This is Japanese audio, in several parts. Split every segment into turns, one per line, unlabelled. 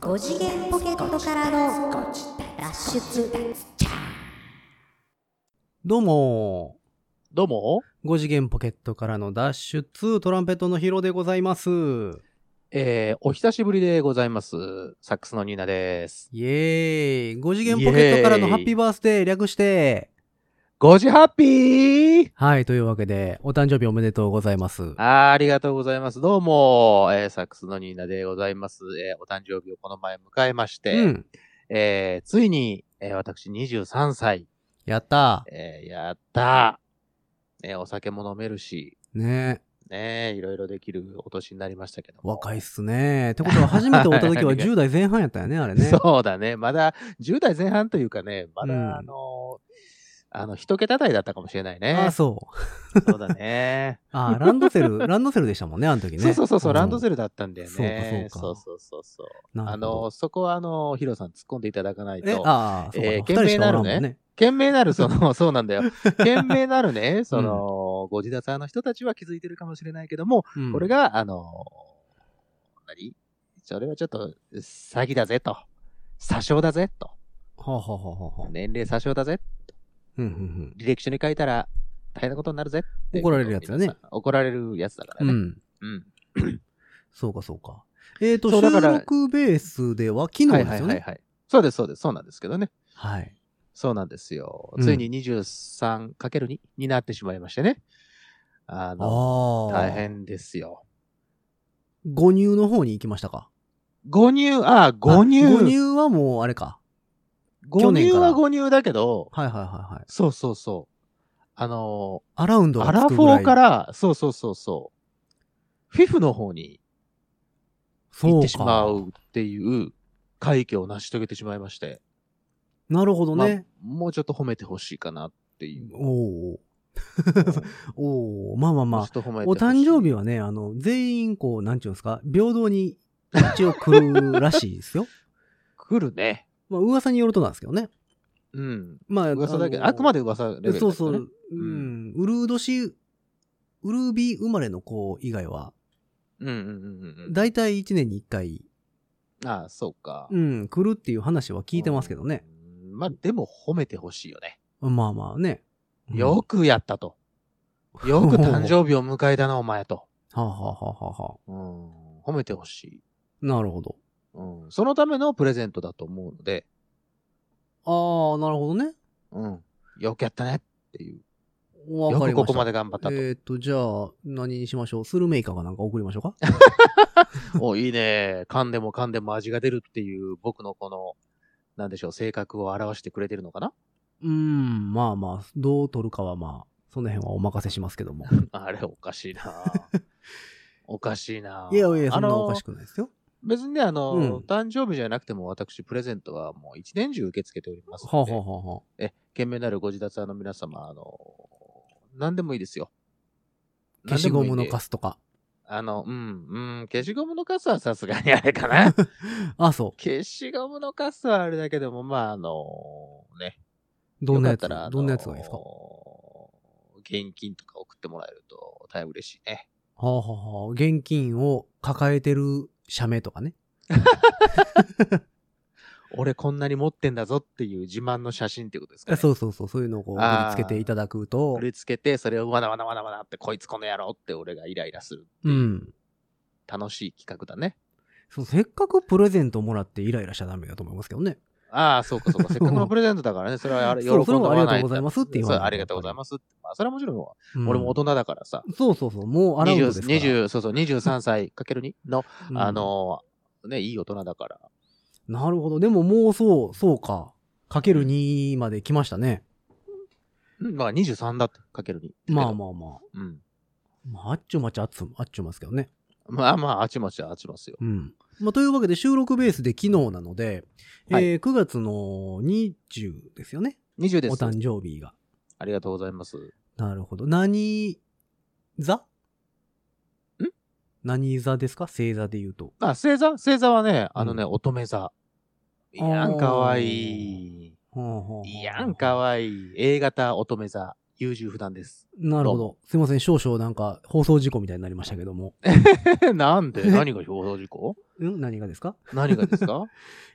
5次元ポケットからの脱出
どうも
どうも、
ー、5次元ポケットからの脱出、トランペットのヒロでございます。
えー、お久しぶりでございます。サックスのニーナです。
イエーイ !5 次元ポケットからの
イエーイ
ハッピーバースデー略して
5時ハッピー
はい、というわけで、お誕生日おめでとうございます。
あーありがとうございます。どうも、えー、サックスのニーナでございます。えー、お誕生日をこの前迎えまして、
うん。
えー、ついに、えー、私23歳、
やった
えー、やったー。えー、お酒も飲めるし、
ー。ね
ねーいろいろできるお年になりましたけども。
若いっすねってことは、初めて会った時 は
ありがと
10代前半やったよね、あ れね。
そうだね。まだ、10代前半というかね、まだ、
うん
あのーあの、一桁台だったかもしれない
あ
ね
あ、。そう。
そうだね。
ああ、ランドセ ル、ランドセルでしたもんね、あの時ね。
そうそうそうそう、ランド
ル。
セルだったんだよね。
そ
そうう
か
そうそうそう。
な
あ
るほど
の、そこはあの、ヒロさん突っ込んでいただかない
え、
と。
ああ、そうか。
えー
二人しかおらんもん
懸命なる
ね。
懸命なる、そ の、そうなんだよ。懸命なるね、その、ご自立派の人たちは気づいてるかもしれないけども、
うん
これが、あの、何それはちょっと、詐欺だぜと。詐称だぜと。
ほうほうほうほうほう。
年齢詐称だぜ。
うんうん
履歴書に書いたら、大変なことになるぜ。
怒られるやつだね。
怒られるやつだか
う
ら
ん。う
ね。
ん。
うん。
そうか、そうか。えっ、と、
そうだ
収
から
録ベースでは昨日
はい
で
は
す
い
よ
はい
ね。
はい。そうです、そうです、そうなんですけどね。
はい。
そうなんですよ
う。ん
ついに 23×2 になってしまいましてね。あ
あ
の、
あ。
大。変ですよ。
誤入の方に行きましたか。
誤入、ああ、誤入。
あ誤入はもう、あれか。去
誤
年
入
から
は誤入だけど、
はいはいはいはい。
そうそうそう。あの
アラウンド
ー、
が
アラフォーか、ら、そうそうそうそう、フィフの方に行
そ
っ
う
てしま
か。
うっていう快挙を成し遂げてしまいまして、
なるほど
まあ
ね。。
もうちょっと褒めてほしいかなっていう
おお。おお。まあまあま
もう
あ
ち。ょっと褒めて
お
ほしい
誕生日はね、あの、全員、こう、なんちゅうんですか、平等に一応来るらしいですよ。
来るね。
まあ、噂によるとなんですけどね。
うん。
まあ、
噂だけど、
のー
あくまで噂レベルだけど
そ
ね。
うそう。うん。ウルー年、ウルービー生まれの子以外は、
うんうんうんうんうん。
だいたい1年に1回、
ああ、そうか。
うん、来るっていう話は聞いてますけどね。
うん。まあ、でも褒めてほしいよね。
まあまあね。うん
よくやっ たと。よく誕生日を迎えたな、お前と。
はあ、はあはあはあは
うん。褒めてほしい。
あ、なるほど。
うん。そのためのプレゼントだと思うので、
ああ、なるほどね。
うん。よくやったねっていう。
わ
よ
かりました。
くここまで頑張ったと。
えっ、と、じゃあ、何にしましょうスルメイカかなんか送りましょ うか
お、いいね。噛んでも噛んでも味が出るっていう僕のこの、なんでしょう、性格を表してくれてるのかな
うーん、まあまあ、どう取るかはまあ、その辺はお任せしますけ ども。
あれ、おか しいな。おかしいな。
いやいや、そんなおか
く
しくないですよ。
別にね、あの、
うん
誕生日じゃなくても私、プレゼントはもう一年中受け付けております
はあ、
の
は
で、
あはあはあ、
え、懸命なるご自立派の皆様、あの、何でもいいですよ。
消しゴムの
何でもいいん
カ
で。
スとか。
あの、うん、うん、消しゴムのカスはさすがにあれ かな。
あ、そ
消しゴムのカスはあれだけども、まあ、あの、ね。
う。どんなやつ
よかったら
どんなやつがいいですか
あの現金とか送ってもらえると、大変嬉しいね。
はあ、はあはあ、現金を抱えてる社名とかね。
俺こんなに持ってんだぞっていう自慢の写真っていうことですかね。
そうそうそう、そういうのをこう、
あー
取り付けていただくと
振、りつけて、それをわなわなわなわなって、こいつこの野郎って俺がイライラする。
うん。
楽しい企画だね。
そうせっかくプレゼントもらってイライラしちゃダメだと思いますけどね。
ああ、そうか そうか。せっかくのプレゼントだからね、それはあれ喜ん
そ
で
う、それ
も
もあ
ら
りがと
わな
う
い
ございますって言わ
そ
な
う
いと
ありがとうございますって。まあ、それはもちろん、
うん
俺も大人だからさ。
そうそうそう、もうアラウンドですから。
20、そうそう、23歳かける2の、
うん
あ、のー、ね、いい大人だから。
なるほど。でももうそう、そうか。かける2まで来ましたね。
うんまあ、23だって、かける2。
まあまあまあ。
あ。うん。
まあ、あっちゅうまちあっつ、あっちゅうますけどね。
まあまあ、あちまちあちますよ。
うん。まあ、というわけで収録ベースで昨日なので、
はい
えー9月の20ですよね。
20で
お
す。
誕生日が。
ありがとうございます。
なるほど。何座ん何座ですか星座で言うと。
あ、星座星座はね、あのね、乙女座。いや
あー
ん、かわいい。
ほうほうほう
いやん、かわいい。A 型乙女座。優柔不断です。
なるほど。すいません、少々なんか放送事故みたいになりましたけども。
なんで 何が表情事故
ん何がですか
何が ですか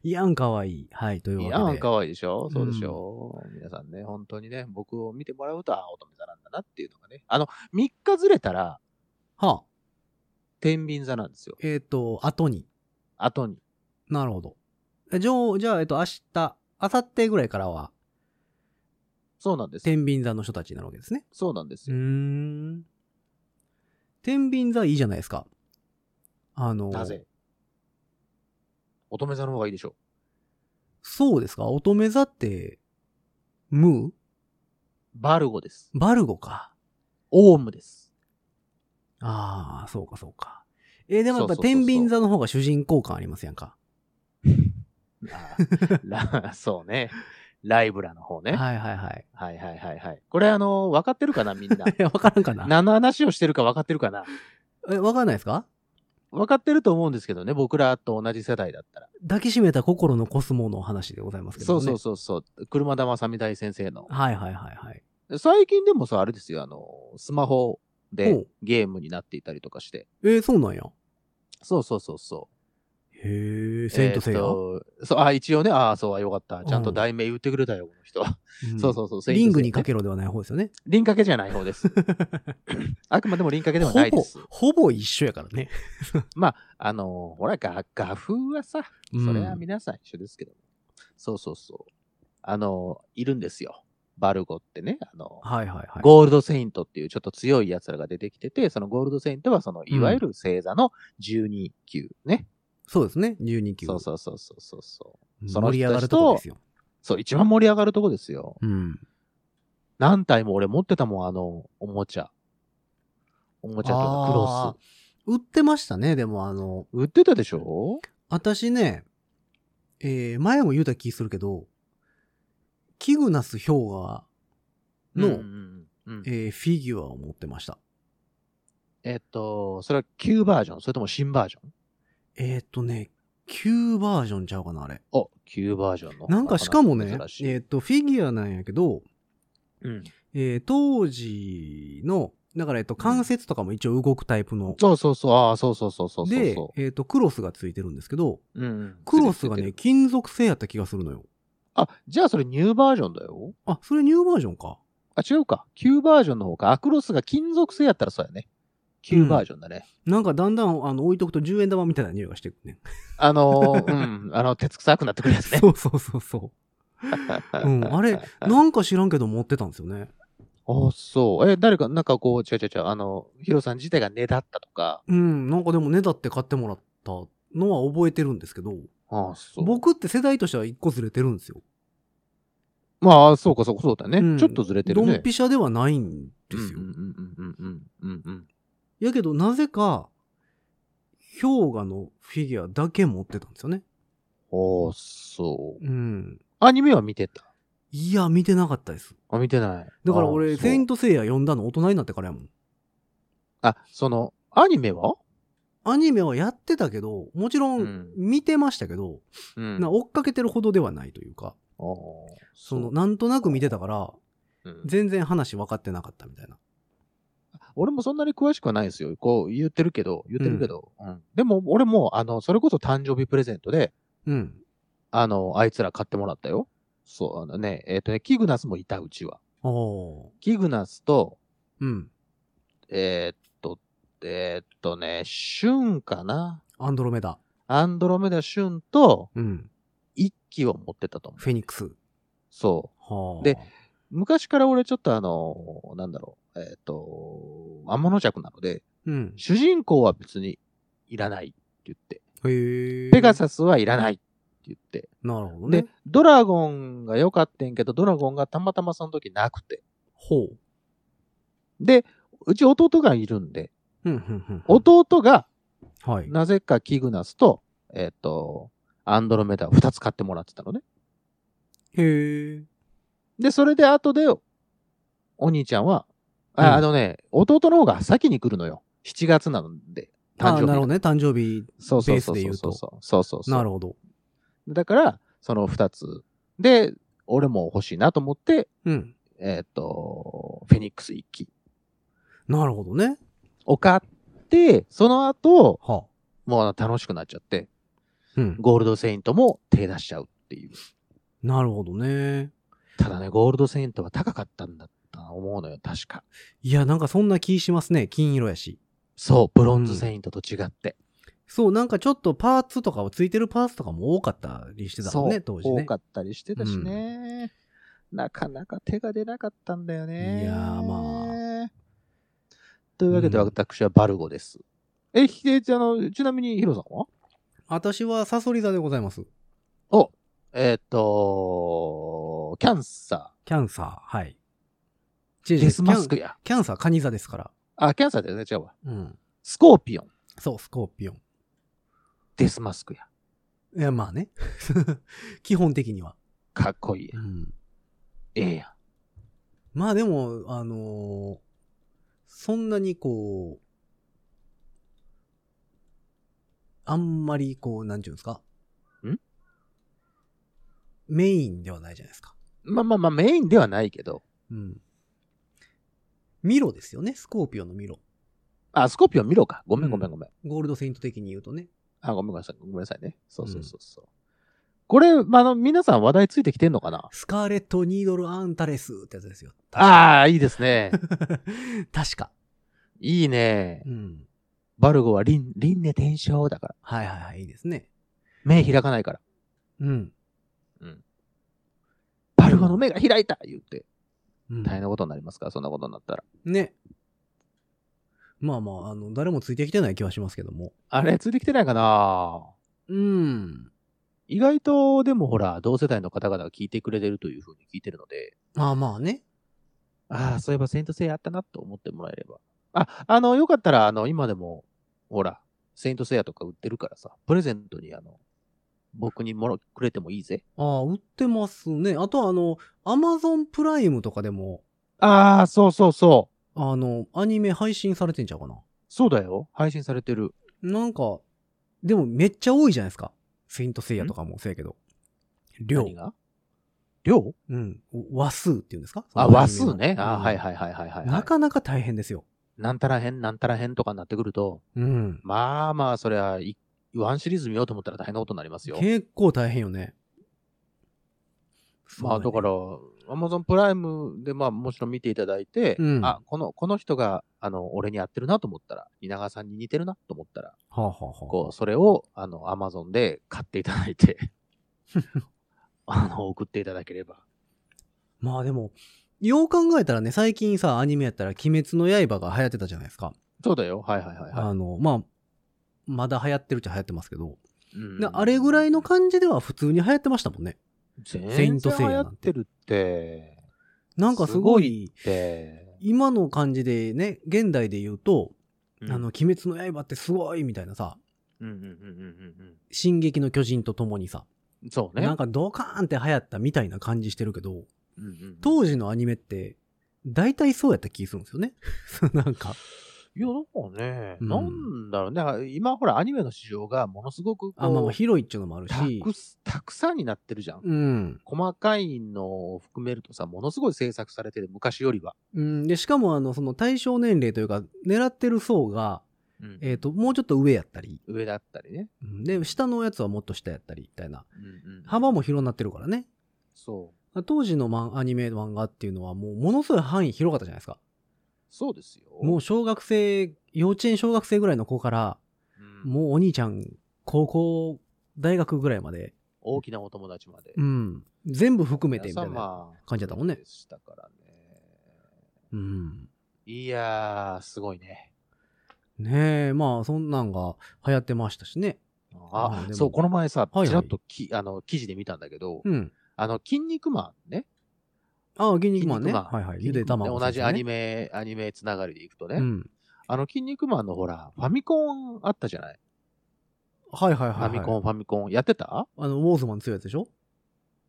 いやんかわいい。はい、というわ
い
けで。
やん、可愛いでしょそうでしょ、皆さんね、本当にね、僕を見てもらうと、あ、乙女座なんだなっていうのがね。あの、3日ずれたら、
はあ、
天秤座なんですよ。
えっ、と、後に。
後に。
なるほど。えじゃあ、じゃあ、えっ、と、明日、明後日ぐらいからは、
そうなんです。
天秤座の人たちになるわけですね。
そうなんです
うー
よ。
ん。天秤座いいじゃないですか。あの、
なぜ乙女座の方がいいでしょ
そうですか乙女座って、ムー
バルゴです。
バルゴか。
オウムです。
ああ、そうかそうか。えーでもやっぱ
そうそうそう
天
そう
秤座の方が主人公感ありますやんか。
ラそうね。ライブラの方ね。
はいはいはい。
はいはいはいはい。これあの、 分かってるかなみんな。
いや、わからんかな。
何の話をしてるか分かってるかな
え、わかんないですか
分かってると思うんですけどね。僕らと同じ世代だったら。
抱きしめた心のコスモの話でございますけど
そ
ね。
うそうそうそう。車田正美大先生の。
はいはいはいはい。
最近でもさ、あれですよ。あの、スマホ
ほ
で
う
ゲームになっていたりとかして。
えーそうなんや。
そうそうそうそう。
へえ、セイントセイヤ、
えーっとそう、あ、一応ね、ああ、そう、あよかった。ちゃん
う
と
ん
題名言ってくれたよ、この人は。
ん
そうそうそう、セイ
リン
トセイヤね
グにか。けろではない方ですよね。
リンかけじゃない方 です。あくまでもリンかけでは
ほ
ないで
ぼ
す。、
ほぼ一緒やからね。
あのー、ほら、画画風はさ、
うん
それは皆さん一緒ですけど、そうそうそう。あのー、いるんですよ。バルゴってね、あのー、
はいはいはい。
ゴールドセイントっていうちょっと強い奴らが出てきてて、そのゴールドセイントはその、いわゆる星座の12級ね。
そうですね。12級。
そうそうそうそうそうそう。
うん
その
盛
人
り上がる
たち
と
と
こですよ。
そう、一番盛り上がるとこですよ。
うん。
何体も俺持ってたもん、あの、おもちゃ。おもちゃとかクロス。
ス。売ってましたね、でもあの、
売ってたでしょ
私ね、えー前も言うた気するけど、キグナス氷河の、
うんうんうん
えーフィギュアを持ってました。
えっと、それは旧バージョンそれとも新バージョン
えーっとね、旧バージョンちゃうかな、あれ。
お、旧バージョンの。
なんかしかもね、え
珍しい
ーっと、フィギュアなんやけど、
うん。
えー当時の、だから、えっと、関節とかも一応動くタイプの。
そうそうそう、ああ、そうそうそうそうそう
で
そ、
えっと、クロスがついてるんですけど、
う。うん。
クロスが
ついて
ね、
る。
金属製やった気がするのよ。
あ、じゃあそれニューバージョンだよ。
あ、それニューバージョンか。
あ、違うか。旧バージョンの方か。あ、クロスが金属製やったらそうやね。旧バージョンだね。
なんかだんだん、あの、置いとくと10円玉みたいな匂いがしてくね。
あのー、うん。 あの、鉄臭くなってくるやつね。
そうそうそう そう。うん、あれ、なんか知らんけど持ってたんですよね。
あ、そう。え、誰か、なんかこう、違う違う違う、あの、ヒロさん自体がねだったとか。
うん、なんかでもねだって買ってもらったのは覚えてるんですけど、
あそう。
僕って世代としては一個ずれてるんですよ。
まあ、そうか、そうか、そうだね。
うん
ちょっとずれてるね。
ドンピシャではないんですよ。
うんうんうんうんうんうんうん。
やけど、なぜか、氷河のフィギュアだけ持ってたんですよね。
あそう。
うん。
アニメは見てた。
いや、見てなかったです。
あ、見てない。
だから
あ
俺、
そう
セイントセイヤ読んだの大人になってからやもん。
あ、その、アニメは
アニメはやってたけど、もちろ
うんん
見てましたけど、
うん
な追っかけてるほどではないというか、
あー
その、
う
なんとなく見てたから、
うん
全然話分かってなかったみたいな。
俺もそんなに詳しくはないですよ。こう、言ってるけど、言ってるけど。うんでも、俺も、あの、それこそ誕生日プレゼントで、
うん。
あの、あいつら買ってもらったよ。そう、あのね、えっ、とね、キグナスもいた、うちは。
ああ。
キグナスと、
うん。
えーっと、えーっとね、シュンかな。
アンドロメダ。
アンドロメダシュンと
うん。
一機を持ってたと思う。
フェニックス。
そ
はあ。
で、う。昔から俺ちょっとあの、なんだろう、えーっと、天の弱なので、
うん。
主人公は別にいらないって言って、
へえ。
ペガサスはいらないって言って、
なるほど
で
ね。、
ドラゴンが良かったんけど、ドラゴンがたまたまその時なくて、
ほう。
で、うち弟がいるんで、
うん、うん、うん。
弟が
はい。
なぜかキグナスと、えっ、と、アンドロメダを2つ買ってもらってたのね。
へえ。
で、それで後で、お兄ちゃんは、あ,、
うん
あのね、弟の方が先に来るのよ。7月なので、誕
あ
生日
あ、
が。
なるほどね。誕生日。
そうそうそう
ベースで言
そう
う
そ
と
うそう。そうそうそう
なるほど。
だから、その2つ。で、俺も欲しいなと思って、
うん。
えっ、と、フェニックス一機
なるほどね。
を買って、その後、
は
もう楽しくなっちゃって、
あ。うん。
ゴールドセイントも手出しちゃうっていう。
なるほどね。
ただね、ゴールドセイントは高かったんだったと思うのよ、確か。
いや、なんかそんな気しますね。金色やし。
そう、ブロンズセイントと違って。
そう、なんかちょっとパーツとかをついてるパーツとかも多かったりしてたもんね、当時ね。
多かったりしてたしね、なかなか手が出なかったんだよね。
いやーま
あ。というわけで、
うん
私はバルゴです。え、ひで、あの、ちなみにヒロさんは
私はサソリ座でございます。
お、えっ、とキャンサ
キャンサー、はい。違う
ー。
違う
デスマ
キ
ス
ャ
ク
ン
や。
キャンサー、カニ座ですから。
あ、キャンサーだよね、違うわ。
うん。
スコーピオン。
そう、スコーピオン。
デスマスクや。
いや、まあね。 基本的には。
かっこいいや。
ん。
ええやん。
まあでも、あのーそんなにこう、あんまりこう、なんていうんですか
ん
メインではないじゃないですか。
まあまあまあ、メインではないけど。
うん。ミロですよね、スコーピオンのミロ。
あ、スコーピオン見ろか。ごめんごめんごめん。
ゴールドセイント的に言うとね。
あ、ごめんなさい。ごめんなさいね。そうそうそうそう。これ、まあ、あの、皆さん話題ついてきてんのかな
スカーレット・ニードル・アンタレスってやつですよ。
ああ、いいですね。
確か。
いいね
う。ん。
バルゴは輪、輪廻転生だから。
はいはいはい、いいですね。
目開かないから。
うん。
うん。バルゴの目が開いた言って、
うん
大変なことになりますから、そんなことになったら。
ね。まあまあ、あの、誰もついてきてない気はしますけども。
あれ、ついてきてないかな
うん。
意外と、でもほら、同世代の方々が聞いてくれてるというふうに聞いてるので、
ああまあね。
ああ、そういえばセイントセイヤあったなと思ってもらえれば。あ、あの、よかったら、あの、今でも、ほら、セイントセイヤとか売ってるからさ、プレゼントに、あの、僕にもら、くれてもいいぜ。
ああ、売ってますね。あとはあの、アマゾンプライムとかでも、
ああ、そうそうそう。
あの、アニメ配信されてんちゃうかな。
そうだよ。配信されてる。
なんか、でもめっちゃ多いじゃないですか。セイントセイヤとかもそうやけど。量。
何が量
うん。和数っていうんですか
あ、和数ね。あー、はい
は
はいはいはいはい、は。
ないかなか大変ですよ。
なんたらへん、なんたらへんとかになってくると、
うん。
まあまあ、そりゃ、いワンシリーズ見ようと思ったら大変なことになりますよ。
結構大変よね。
まあ、だから、アマゾンプライムで、まあ、もちろん見ていただいて、
うん
あ、この、この人が、あの、俺に合ってるなと思ったら、稲川さんに似てるなと思ったら、
はあ、はあはあ、
こう、それを、あの、アマゾンで買っていただいて、あの、送っていただければ。
まあでも、よう考えたらね、最近さ、アニメやったら、鬼滅の刃が流行ってたじゃないですか。
そうだよ。はいはいはいは
あの、まあ、まだ流行ってるっちゃ流行ってますけど、
い。うん
であれぐらいの感じでは普通に流行ってましたもんね。セイ
全
ントセイ
然
ヤ
流
な
行
んて
ってるって、
なんかすごい、
で、
今の感じでね、現代で言うと、
うん
あの、、鬼滅の刃ってすごいみたいなさ、
うんうんうんうん
進撃の巨人と共にさ、
うん。そうね。
なんかドカーンって流行ったみたいな感じしてるけど、
うんうん
当時のアニメって、大体そうやった気するんですよね。 なんか。
いや、なんかね、
うん
なんだろうね。だから今ほら、アニメの市場がものすごくこう
あ、まあまあ、広いっちゅうのもある
た
し。
くすたくさんになってるじゃん。
うん。
細かいのを含めるとさ、ものすごい制作されてる、昔よりは。
うん、で、しかも、あの、その対象年齢というか、狙ってる層が、
うん
えっ、と、もうちょっと上やったり、
上だったりね。
うんで、下のやつはもっと下やったり、みたいな。
うんうん
幅も広になってるからね。
そう。
当時のマンアニメ漫画っていうのは、もう、ものすごい範囲広かったじゃないですか。
そうですよ。
もう、小学生、幼稚園小学生ぐらいの子から、
うん
もうお兄ちゃん、高校、大学ぐらいまで、
大きなお友達まで。
うん、全部含めてみたいな。
感
感じだったもんね
でしたからね。
うん。
いやー、すごいね。
ねえ、まあ、そんなんが流行ってましたしね。あ
あ
でも
そう、この前さ
いは、い
ちらっとき、あの記事で見たんだけど、
うん。
あの、筋肉マンね。
ああ、筋肉マンね。
筋肉マン
はいはい。ゆで卵、
同じアニメ、アニメつながりでいくとね、
うん。
あの、筋肉マンのほら、ファミコンあったじゃない
はいはい
フ
はい、は
ァ
い。
ミコン、ファミコン。やってた
あの、ウォーズマン強いやつでしょ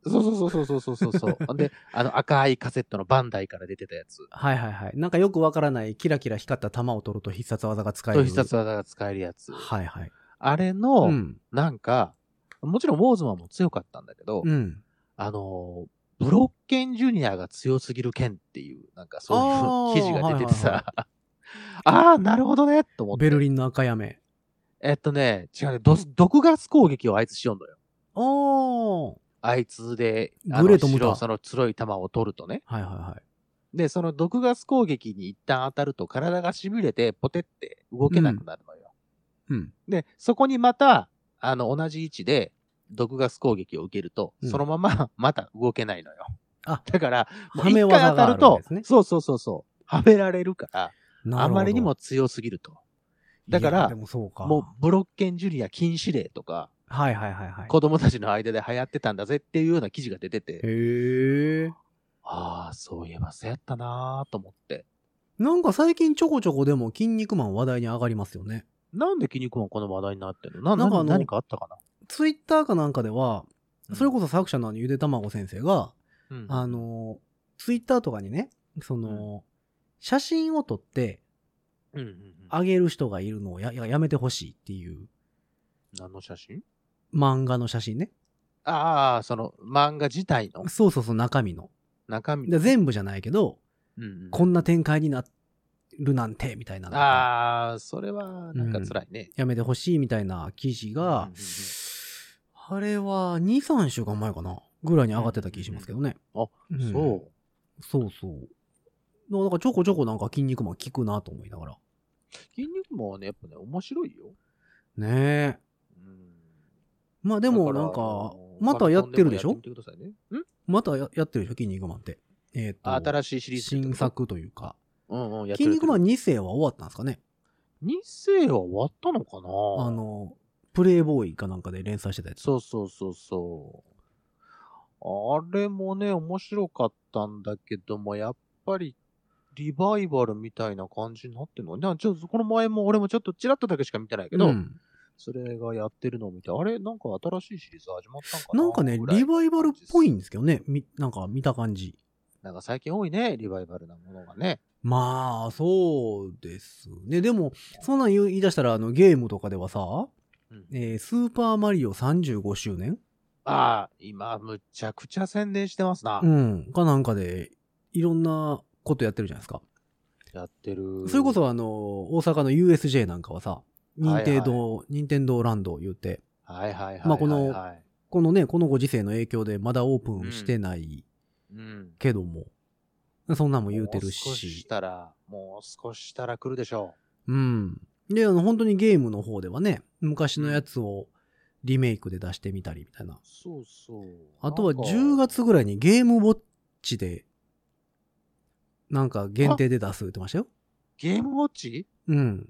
そうそうそうそうそうそうそう そう。で、あの赤いカセットのバンダイから出てたやつ。
はいはいはい。なんかよくわからない、キラキラ光った弾を取ると必殺技が使え
と
る。
必殺技が使えるやつ。
はいはい。
あれ
う
の、
ん。
なんか、もちろんウォーズマンも強かったんだけど、
うん。
あのーブロッケンジュニアが強すぎる剣っていう、なんかそういう記
あー
事が出ててさ、
はい
ああ、なるほどね、と思って。
ベルリンの赤やめ。
えっとね、違うね、ドス毒ガス攻撃をあいつしよんのよ。
おー。
あいつで、あ
グレ
の、
ートムタ
白その強い弾を取るとね。
はいはいはい。
で、その毒ガス攻撃に一旦当たると体が痺れて、ポテって動けなくなるのよ。
うん。
で、そこにまた、あの、同じ位置で、毒ガス攻撃を受けると、
うん
そのまま、 また動けないのよ。
あ
だから、もう
はめ
一回
技
当た
があ
る
るん
と
ですね、
そうそうそうそう、はめられるから、
なるほ
あ
ど
まりにも強すぎると。だから
いやでもそうか。
もう、ブロッケンジュニア禁止令とか、
はいはいはいはい。
子供たちの間で流行ってたんだぜっていうような記事が出てて、
へえ。
ああ、そういえばそうやったなーと思って。
なんか最近ちょこちょこでも筋肉マン話題に上がりますよね。
なんで筋肉マンこの話題になってるのな
なんかあの
何かあったかな
ツイッターかなんかでは、それこそ作者のあのゆでたまご先生が、
そ、うん
あの、ツイッターとかにね、その、写真を撮って
うんうんうん
あげる人がいるのをやややめてほしいっていう
何の写真
漫画の写真ね。
ああ、その漫画自体の
そうそうそう、中身の。
中身。
で全部じゃないけど、
うんうん
こんな展開になるなんて、みたいなのとか。
ああ、それはなんか辛いね。
やめてほしいみたいな記事
うんうん
が
うん、
あれは2、3週間前かなぐらいに上がってた気しますけどね。
うんうんあ
ん
そう。
そうそう。なんかちょこちょこなんか筋肉マン効くなと思いながら。
筋肉マンはね、やっぱね、面白いよ。
ねえ。
うん
まあでもな
だ
ん
らあ
か
の、
またやってるでし
ファ
ょ
ミコンもやってみてくださいねん
またややってるでしょ筋肉マンって。えっ、と、
あ新しいシリーズ。
新。作というか。
うんうん、やって
筋
る
肉マン2世は終わったんですかね
2世は終わったのかな
あの、プレイボーイかなんかで連載してたやつ。
そうそうそうそう。あれもね、面白かったんだけども、やっぱり、リバイバルみたいな感じになってるのなんかちょっとこの前も俺もちょっとチラッとだけしか見てないけど、
うん
それがやってるのを見て、あれなんか新しいシリーズ始まったんかな
なんかね
ぐ、らい
リバイバルっぽいんですけどね。みなんか見た感じ。
なんか最近多いね、リバイバルなものがね。
まあ、そうですね。でも、そんなん言い出したら、あの、ゲームとかではさ、
うん
えースーパーマリオ35周年
ああ、今、むちゃくちゃ宣伝してますな。
うん。かなんかで、いろんなことやってるじゃないですか。
やってる。
それこ、そ、あの、大阪の USJ なんかはさ、任天
は
堂、任天堂ランドを言って、
はいはいはいはい、はい。
まあこのこのね、このご時世の影響でまだオープンしてない
うん。
けども、そんなんも言うてる
もう少しし
し、
たら、もう少ししたら来るでしょ
うん。で、あの、本当にゲームの方ではね、昔のやつをリメイクで出してみたりみたいな
う。。そうそう。
あとは
なんか
10月ぐらいにゲームウォッチで、なんか限定で出すって言ってましたよ。
ゲームウォッチ
うん。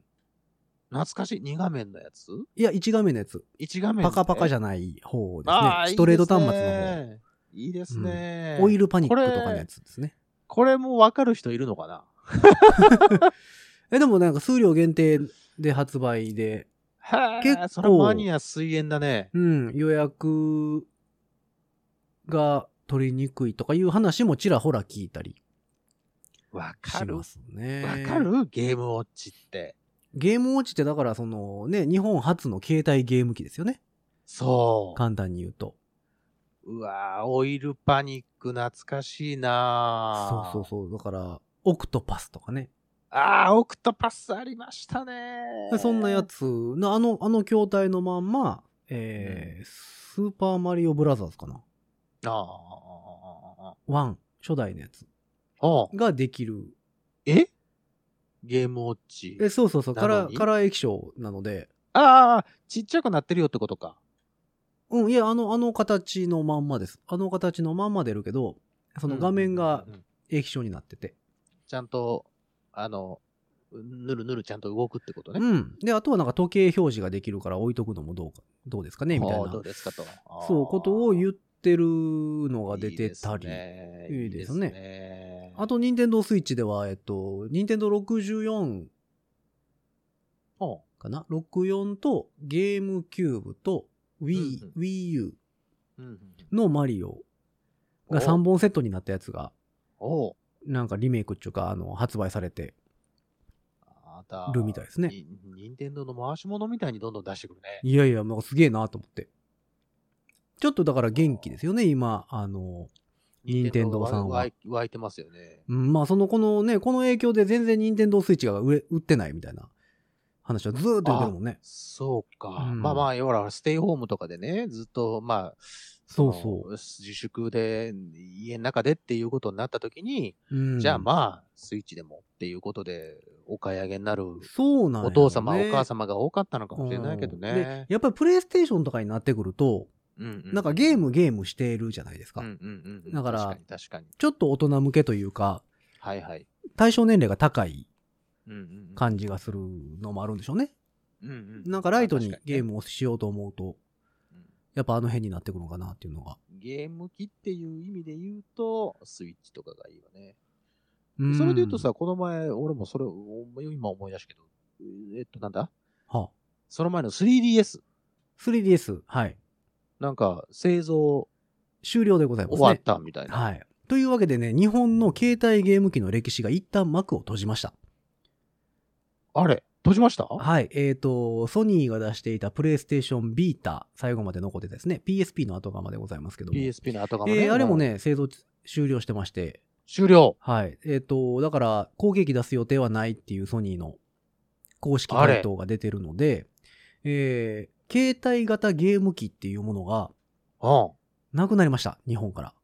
懐かしい。2画面のやつ
いや、1画面のやつ。
?1 画面、
パカパカじ
ゃ
ゃない方ですね
あ。ー
ストレート端末の
いいですね。いいですね
方。オイルパニックとかのやつですね。
これもわかる人いるのかな
え、でもなんか数量限定で発売で、
は
結構
あ、それマニア水煙だね。
うん、予約が取りにくいとかいう話もちらほら聞いたり
わか
し
る。
ま
わ
すね。
かるゲームウォッチって。
ゲームウォッチってだからそのね、日本初の携帯ゲーム機ですよね。
そ
簡単に言うと。
う。うわぁ、オイルパニック懐かしいな
そうそう
う。
そう。だから、オクトパスとかね。
ああ、オクトパスありましたね。
そんなやつの、あの、あの筐体のまんま、えースーパーマリオブラザーズかな。
ああああああああ
ワン、初代のやつ
ああ。
ができる。
えゲームウォッチ。
え、そうそうそう、カ
な
ラ
の
ー、
に
カラー液晶なので、
ああ、ちっちゃくなってるよってことか。
うん、いや、あの、あの形のまんまです。あの形のまんま出るけど、その画面が
うんうんうんうん
液晶になってて。
ちゃんと、あの、ぬるぬるちゃんと動くってことね。
うん。で、あとはなんか時計表示ができるから置いとくのもどうか、どうですかねみたい
ああど
な
う。ですかと。
そう、ことを言
う
ってるのが出てたり。
い
い
い
い
で
ですすね
ね。いいですね
あ、と、任天堂スイッチでは、えっと、任天堂64
お
かな ?64 とゲームキューブと Wii、
うん
Wii U
うんうん
のマリオが3本セットになったやつが、
おう
なんかリメイクっていうか、あの、発売されて。
あた
るみたいですね
に任天堂の回し物みたいにどんどん出してくるね。
いやいや、もうすげえなと思って。ちょっとだから元気ですよね、今、あの、任天堂さんは
湧い。湧いてますよね。
うん、まあそのこのね、この影響で全然任天堂スイッチが売れ売ってないみたいな話はずーっと言ってるもんね。
そうか。
うん
まあまあ、ほら、ステイホームとかでね、ずっと、まあ、
そう
の
そう。
自粛で、家の中でっていうことになった時に、
うん、
じゃあまあ、スイッチでもっていうことで、お買い上げになる
そうなんや
お
ろね
父様、お母様が多かったのかもしれないけど
うんで
ね。
やっぱりプレイステーションとかになってくると、
うんう
なんかゲームゲームしているじゃないですか。
うんうんうん。
だから
確かに確かに。
ちょっと大人向けというか、
はいはい。
対象年齢が高い
うんうんうん
感じがするのもあるんでしょうね。
うんうん
なんかライトに
まあ確か
ゲー
ね
ムをしようと思うと、
うん
やっぱあの辺になってくるのかなっていうのが。
ゲーム機っていう意味で言うと、スイッチとかがいいよね。
うん
それで言うとさ、、この前、俺もそれ、お今思い出したけど、えっと、なんだ
は
その前の 3DS。
3DS、はい。
なんか、製造
終了でございます、ね。
終わったみたいな。
はい。というわけでね、日本の携帯ゲーム機の歴史が一旦幕を閉じました。
あれ閉じました
はい。えっ、と、ソニーが出していたプレイステーションビータ、最後まで残ってたですね。PSP の後釜でございますけども。
?PSP の後が
えーあれも。ね、製造終了してまして、
終了。
はい。えっ、と、だから、後継機出す予定はないっていうソニーの公式回答が出てるので、えー携帯型ゲーム機っていうものが
うん。
なくなりました。日本から。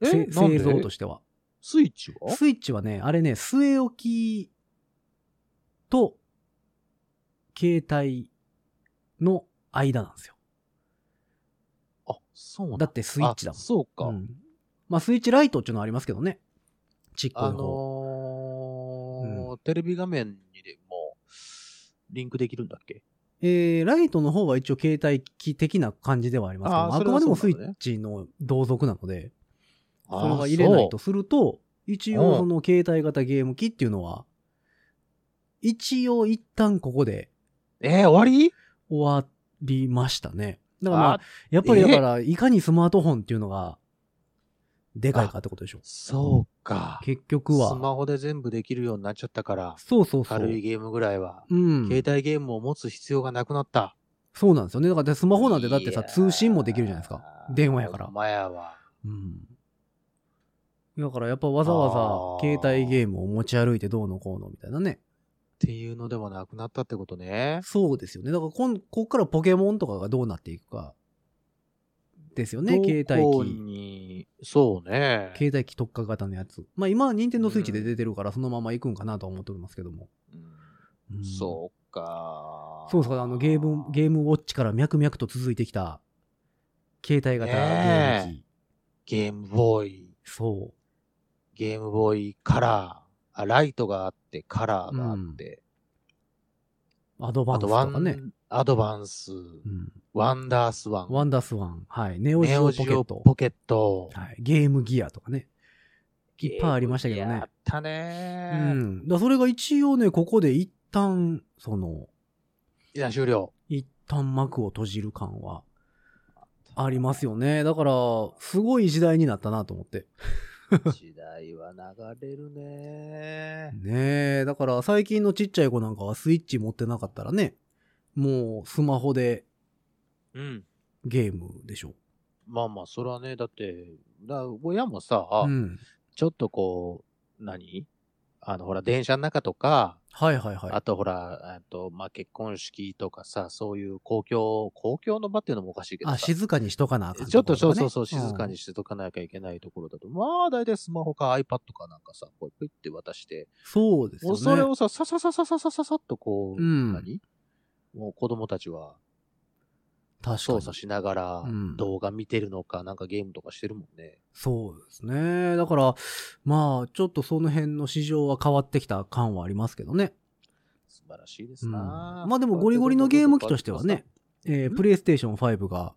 え
せ
なん
製
で
造としては。
スイッチは
スイッチはね、あれね、据え置きと携帯の間なんですよ。
あ、そうなん
だってスイッチだもん
あそうか。
うんまあ、スイッチライトっていうのはありますけどね。ちっこい
あ
方。
のーテレビ画面にでも、リンクできるんだっけ
えー、ライトの方は一応携帯機的な感じではありますけど、
あー
あ
そ
く
れ
ま
は
でも
そ
ス
う
イ
なのね
ッチの同族なので、
そ
それは入れないとすると、一応その携帯型ゲーム機っていうのは、一応一旦ここで
うえー、終わり
終わりましたね。だからまあ
あ、
やっぱりだから、いかにスマートフォンっていうのが、でかいかってことでしょ。
そうか。
結局
ス
は。
マホで全部できるようになっちゃったから、
そうそうそう。
軽いゲームぐらいは、
うん
携。帯ゲームを持つ必要がなくなった。
そうなんですよね。だからスマホなんてだってさ、
いやー
通信もできるじゃないですか。電話やから
ほんまやわ。
うん。だからやっぱわざわ
あ
ざ
ー
携帯ゲームを持ち歩いてどうのこうのみたいなね。
っていうのでもなくなったってことね。
そうですよね。だからこん、こっからポケモンとかがどうなっていくか。ですよね、
どこ
携帯機。
にそうね。
携帯機特化型のやつ。まあ今は任天堂スイッチで出てるからそのまま行くんかなとは思っておりますけども。
うんそうか。
そうそう、あのゲーム、ゲームウォッチから脈々と続いてきた、携帯型ゲーム機。
ゲームボーイ、
そ
ゲームボーイカラー、あライトがあって、カラーがあって、
う。アドバ
あ
ンス
と
と
ワ
か
ン、
ね。
アドバンス、
うん、
ワンダースワン、
ワンダースワン。はい。ネオジ
ネ
オ
オ
ポ
ジ
ケ
オ
ット。
ポケット。
はい、ゲームギアとかね。いっぱいありましたけど
ゲーム
ね
や。った
う
ね、
ん。だからそれが一応ね、ここで一旦、その、
いや、終了。
一旦幕を閉じる感は、ありますよね。だから、すごい時代になったなと思って。
時代は流れるね。
ねえ、だから最近のちっちゃい子なんかはスイッチ持ってなかったらね、もうスマホで
うん。
ゲームでしょ。
まあまあ、それはね、だって、だ親もさ、
うん。
ちょっとこう、何あの、ほら、電車の中とか、
はいはいはい。
あとほら、えっと、まあ、結婚式とかさ、そういう公共、公共の場っていうのもおかしいけど
あ、
さ、
静かにしとかなあかん
ちょっと
こ
そ
ろ
う
とかね
そうそう、静かにしてとかなきゃいけないところだと、まあ、大体スマホか iPad かなんかさ、こう、ぷいって渡して、
そうです
も
よ
う
ね。
それをさ、ささささささささっとこう、
うん
何もう子供たちは
確かに
操作しながら
うん
動画見てるのか、なんかゲームとかしてるもんね。
そうですね。だから、まあ、ちょっとその辺の市場は変わってきた感はありますけどね。
素晴らしいで
う
す
ん、
な、
まあでもゴリゴリのゲーム機としてはね。、え
う
ー、
ん
プレイステーション5が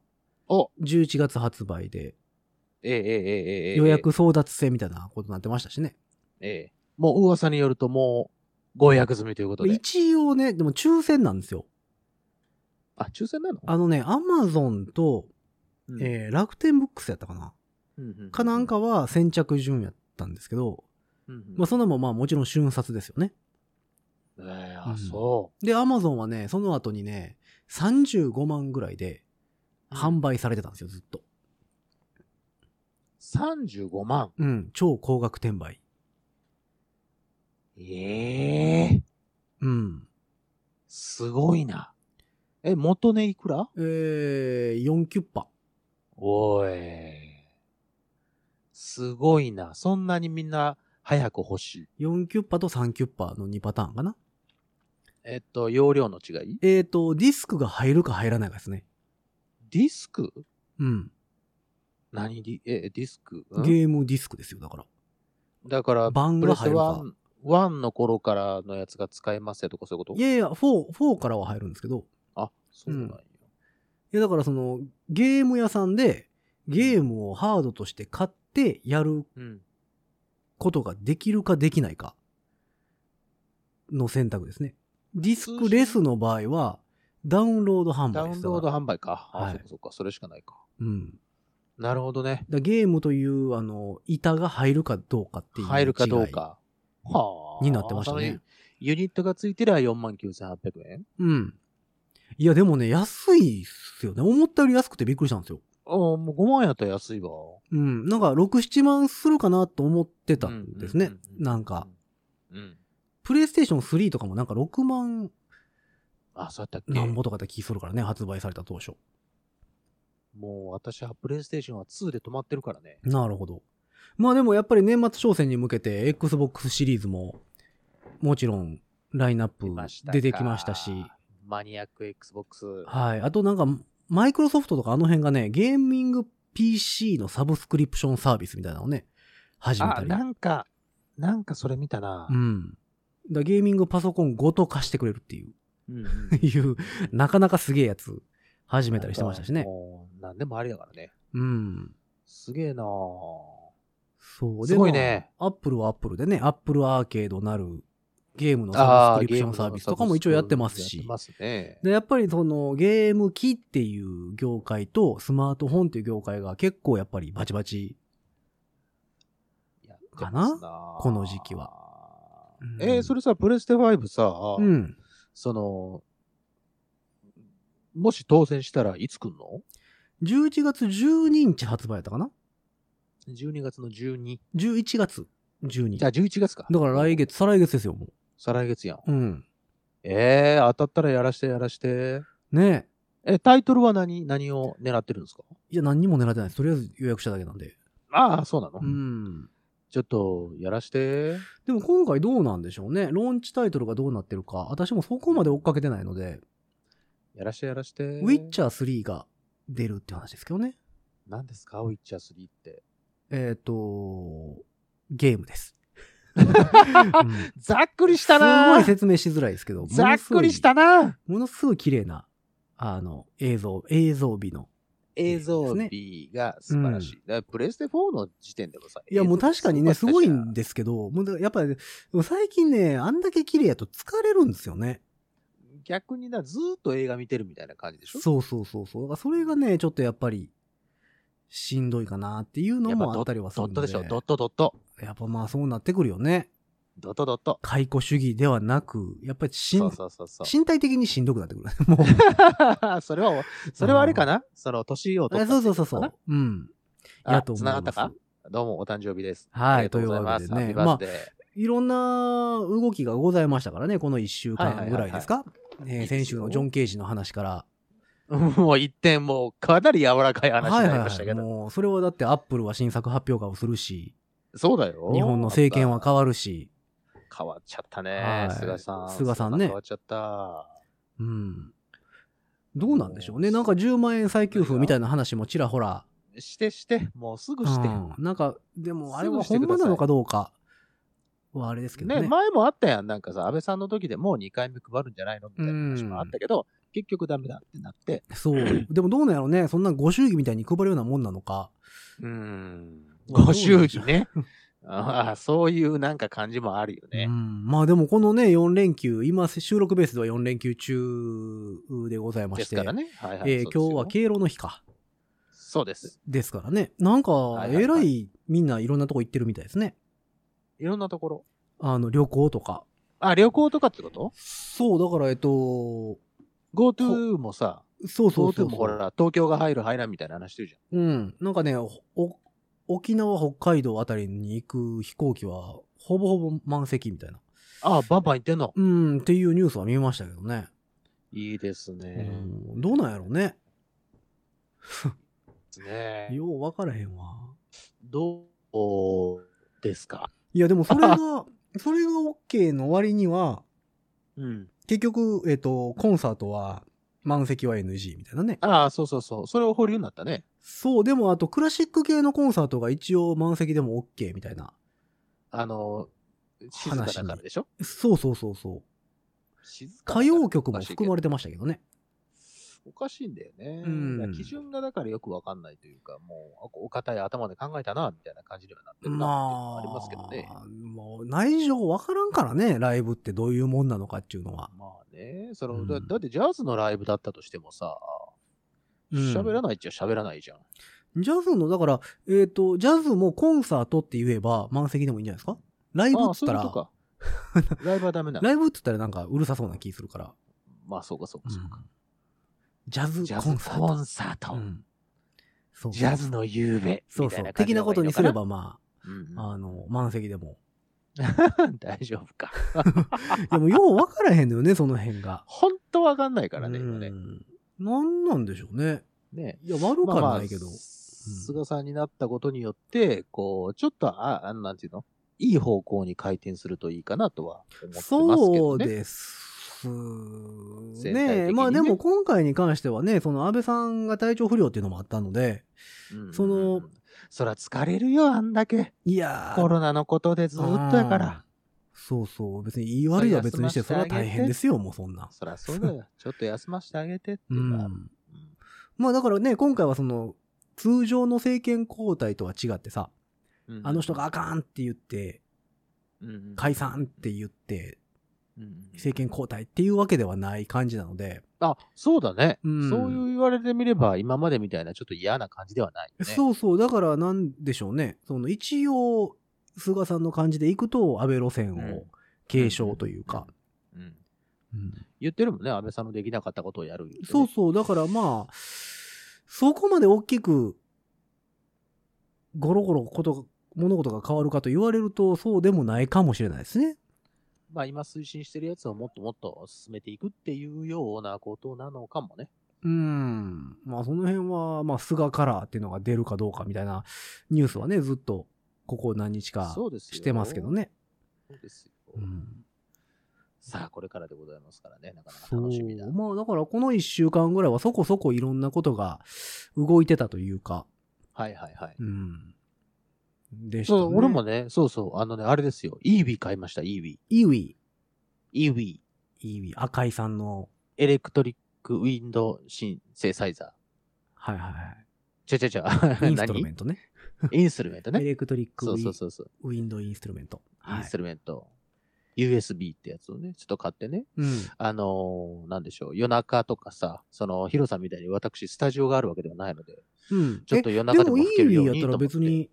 お
11月発売で
ええええええええ
予約争奪戦みたいなことになってましたしね。
ええ。もう噂によるともう、ご予約済みということで。
一応ね、でも抽選なんですよ。
あ、抽選なの
あのね、アマゾンと、
うん
えー楽天ブックスやったかな
うんうん
かなんかは先着順やったんですけど、
うんうん
まあそんなもんまあもちろん瞬殺ですよね。
ええ
うん
あ、そ
で、アマゾンはね、その後にね、35万ぐらいで
うん
販売されてたんですよ、ずっと。
う。 35万。
うん、超高額転売。
ええー、
うん。
すごいな。え、元値いくら
えー、4キュッパ。
おい。すごいな。そんなにみんな早く欲しい。
4キュッパと3キュッパの2パターンかな。
えっと、容量の違い
えーと、ディスクが入るか入らないかですね。
ディスク
うん。
何ディ、え、ディスク、うん
ゲームディスクですよ、だから。
だから、
版
プレ
が
ス
入るか
ワ。ンワンの頃からのやつが使えますよとかそういうこと
いやいや、4、4からは入るんですけど。
あ、そうなんや。
いや、だからその、ゲーム屋さんで、ゲームをハードとして買ってやる
うん。
ことができるかできないかの選択ですね。ディスクレスの場合は、ダウンロード販
ダ
売で
ウン
すだ
ロード
から。
販売か。あ、
はい
そっかそっか。それしかないか。
うん。だか
なるほどね。
らゲームという、あの、板が入るかどうかっていう。
入るかどう。か。はあ。
になってましたね。
ユニットがついてりゃ49,800円
うん。いや、でもね、安いっすよね。思ったより安くてびっくりしたんですよ。
ああ、もう5万円やったら安いわ。
うん。なんか、6、7万するかなと思ってたんですね
うう。うう
なんか、。
うん。
プレイステーション3とかもなんか6万
あ、そうやったっけ
なんぼとかだって気するからね、発売された当初。
もう私はプレイステーションは2で止まってるからね。
なるほど。まあでもやっぱり年末商戦に向けて Xbox シリーズももちろんラインナップ出てきましたし、
か。マニアック Xbox。
はい。あとなんかマイクロソフトとかあの辺がね、ゲーミング PC のサブスクリプションサービスみたいなのをね、始め
あ、
たり。
なんか、なんかそれ見たな
う。ん。だからゲーミングパソコンごと貸してくれるっていう、
うん。
いう、なかなかすげえやつ始めたりしてましたしね。
もう何でもありだからね。
うん。
すげえなあ
そう。
すごいね。
まあアップルはアップルでね、アップルアーケードなるゲームのサ
あ
ブスクリプションサービスとかも一応やってます
やっ。
して
ますね。
でやっぱりそのゲーム機っていう業界とスマートフォンっていう業界が結構やっぱりバチバチ。
やってますあ
この時期は。うん
えーそれさ、プレステ5さ、
うん。
その、もし当選したらいつ来んの
11月12日発売やったかな
?12 月の12。
?11 月12日。
じゃあ
だ
11月か。
から来。月、再来月ですよ、も
再来月やん。
う。うん。
えー、当たったらやらしてやらして。
ね
え、タイトルは何、何を狙ってるんですか
え。いや、何にも狙ってないです。とりあえず予約しただけなんで。
ああ、そうなの、
うん。
ちょっと、やらして。
でも今回どうなんでしょうね。ローンチタイトルがどうなってるか。私もそこまで追っかけてないので、
やらしてやらして。
ウィッチャー3が出るって話ですけどね。
何ですかウィッチャー3って。
えっ、と、ゲーム です。うん
ざっくりしたな
すごい説明しづらいですけど、
ざっくりしたな
ものすごい。ものすごい綺麗な、あの、映像、映像美の。
映像美が素晴らしい。だからプレステ4の時点でもさ。
いや、もう確かにね、すごい
映像
んですけど、もうだやっぱり、でも最近ね、あんだけ綺麗やと疲れるんですよね。
逆にな、ずーっと映画見てるみたいな感じでしょ
そうそうそうそう。だからそれがね、ちょっとやっぱり、しんどいかなっていうのもあったりはす
ド
る
ッ
ん
ト
で。
でしょドットドット。
やっぱまあそうなってくるよね。
ドットドット。
解雇主義ではなく、やっぱりしん
そうそうそうそう。
身体的にしんどくなってくる。もう。
それは、それはあれかなその、年を取
あ
った
そうそうそうそう。うん。
あ
やと思い
繋が
ま
っ
す
たかどうも、お誕生日です。
はい
ありがとうございます。
というわけでね
ハッピーバースデー
いろんな動きがございましたからね、この1週間ぐらいですか。え
いい
ー
ですよ
先週のジョン・ケージの話から。
もう一点、もうかなり柔らかい話になりましたけど。
もう、それはだってアップルは新作発表会をするし、
そうだよ。
日本の政権は変
わ
わるし、
変わっちゃったね、
はい
菅さん。
菅さんね
変わっちゃった。
うん。どうなんでしょうね。なんか10万円再給付みたいな話もちらほら。
してして、もうすぐして。
うんなんか、でもあれ
す
は
ぐして
本
くださ
場
い
なのかどうかはあれですけど
ね
ね。
前もあったやん。なんかさ、安倍さんの時でもう2回目配るんじゃないのみたいな話もあったけど、結局ダメだってなって。
そう。でもどうなんやろうね。そんなご祝儀みたいに配るようなもんなのか。
うん。
どう
ご
でしょう
祝儀ね。 ああ、そういうなんか感じもあるよ
う
ね。
ん、まあでもこのね、4連休、今収録ベースでは4連休中でございま
で
し
す
て、
からね。はいはい。
えー
そうですよ
今日は敬老の日か。
そうです。
ですからね。なんか、
はいはい
え
は
ら
い
いみんないろんなとこ行ってるみたいですね。
いろんなところ。
あの、旅行とか。
あ、旅行とかってこと
そう、だから、えっと、
?GoTo もさ、
そうそう
GoTo
そう
もほ
そう。
ら、東京が入る入らんみたいな話してるじ
うん。なんかね、おお沖縄、北海道あたりに行く飛行機は、ほぼほぼ満席みたいな。
ああ、バンバン行ってんの。
うん、っていうニュースは見ましたけどね。
いいですね。
うん、どうなんやろうね。
ね
よう分からへんわ。
どうですか
いや、でもそれが、 それが OK の割には、
うん。
結局、えっ、と、コンサートは満席は NG みたいなね。
ああ、そうそうそう。それを保留になったね。
そう、でもあとクラシック系のコンサートが一応満席でも OK みたいな。
あの、静かだからでしょ
そうそうそうそう。
静かだから
歌謡曲も含まれてましたけどね。
おかしいんだよね。
うん
だから基準がだからよくわかんないというか、もう、お堅い頭で考えたな、みたいな感じにはなってるな
まあ、
っていうのはありますけどね。
もう内情わからんからね、ライブってどういうもんなのかっていうのは。
まあね、その、
うん
だだってジャズのライブだったとしてもさ、
うん
喋らないっちゃ喋らないじゃん。
ジャズの、だから、えっ、と、ジャズもコンサートって言えば満席でもいいんじゃないですかライブっ
ああ、
つっ
そう
た
いう
ら、
こと か。ライブはダメなの
ライブっつったらなんかうるさそうな気するから。
まあ、そうか、そうか、そうか。
ジャズ
ジャズ
コンサート。
コンサート。
うんそう
ジャズの夕べ。
そう
みた
そ。
いう感じ
的
の
な
方
こ
が
と
いい
に
の
す
か
れば、ま
な。
あ、あの、満席で も。
うん大丈夫か。
でも、よう分からへんのよね、その辺が。
本当わかんないからね、
う
今
ん
ね。
なんなんでしょうね。
ね。
いや、悪く
まあま
は
あ
ないけど。
菅さんになったことによって、こう、ちょっと、あ、あなんていうのいい方向に回転するといいかなとは思ってますけ
そ
ど
う
ね。
です。
全体的に
ね
ね
まあでも今回に関してはね、その安倍さんが体調不良っていうのもあったので、
うん
その、
そら疲れるよ、あんだけ。
いやー
コロナのことでずっとやから。
そうそう。別に言い悪いは別にして、そ
そ
れ
れ
は
は休ま
大
せてあげて
変ですよ、もうそんな。
そらそう だよ。ちょっと休ませてあげてって
う
いうのはある
ん。まあだからね、今回はその、通常の政権交代とは違ってさ、
うんうん
あの人があかんって言って、
うん
解散って言って、
うんうん
政権交代っていうわけではない感じなので、
あ、そうだね。
うん
そういう言われてみれば、今までみたいなちょっと嫌な感じではないよね。
そうそう、だからなんでしょうね、その一応、菅さんの感じでいくと、安倍路線を継承というか、
うん。
うん
言ってるもんね、安倍さんのできなかったことをやる、ね。
そうそう、だからまあ、そこまで大きく、ゴロゴロこと、物事が変わるかと言われると、そうでもないかもしれないですね。
まあ今推進してるやつをもっともっと進めていくっていうようなことなのかもね。
うん。まあその辺は、まあ菅カラーっていうのが出るかどうかみたいなニュースはね、ずっとここ何日か
そうですよ
してますけど。ね。
そうですよ。
うん
さあ、これからでございますからね、なかなか
そう
楽しみだ。
まあだからこの1週間ぐらいはそこそこいろんなことが動いてたというか、
はいはいはい。
うん。でした、ね。
そう、俺もね、そうそう、あのね、あれですよ。イービー買いました、イービー。
イーウィ、
イービ
イーウィ、赤井さんの、
ー。エレクトリックウィンドシンセサイザー。
はいはいはい。
ちゃちゃちゃ。
インストゥルメントね。
何インストゥルメント
エ
ね。
レクトリック
そ
ウ
う
ィ
そうそうそう。
ウィンドインストゥルメント。
イ
は
ン
い
ストゥルメント。USB ってやつをね、ちょっと買ってね。
うん
あのーなんでしょう。夜中とかさ、その、ヒロさんみたいに私、スタジオがあるわけではないので、
うん。
ちょっと夜中でも
え
吹けるよう
でもいい意味やった
にと思
ら
って。
別に、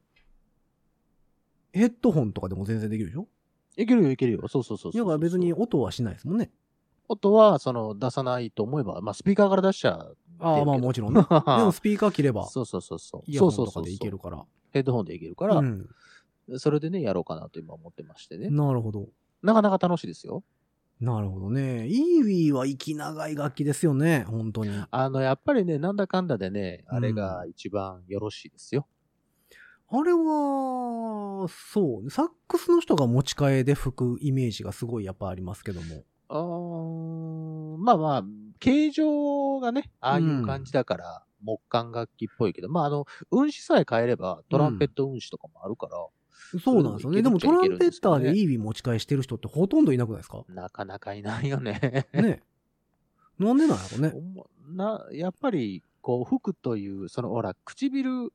ヘッドホンとかでも全然できるでしょ
いけるよ、いけるよ。そうそうそうそう
だから別に。音はしないですもんね。
音は、その、出さないと思えば、まあ、スピーカーから出しちゃ、
ああ、まあも
ち
ち ろんね。で
ろ
もスピーカー切れば、
そうそうそうそう。
イヤホ
そう
ン
そう
とか
そう
でいけるから。
ヘッドホンでいけるか
う
ら、
ん。
それでね、やろうかなと今思ってましてね。
なるほど。
なかなか楽しいですよ。
なるほどね。イーウィは息長い楽器ですよね、本当に。あ
あの、やっぱりね、なんだかんだでね、
うん
あれが一番よろしいですよ。
れは、そう。サックスの人が持ち替えで吹くイメージがすごいやっぱありますけども。
うーん、まあまあ、形状がね、ああいう感じだから、木管楽器っぽいけど、まああの、運指さえ変えれば、トランペット運指とかもあるから、
そうなんですよね。でも
そ
ト
れで
ラ
もいける
ンペ
っちゃいけ
ッター
るんですけどね
でイービー持ち返してる人ってほとんどいなくないですか
なかなかいないよね。
ね。なんでなんやろね。
な、やっぱり、こう、服という、その、ほら、唇、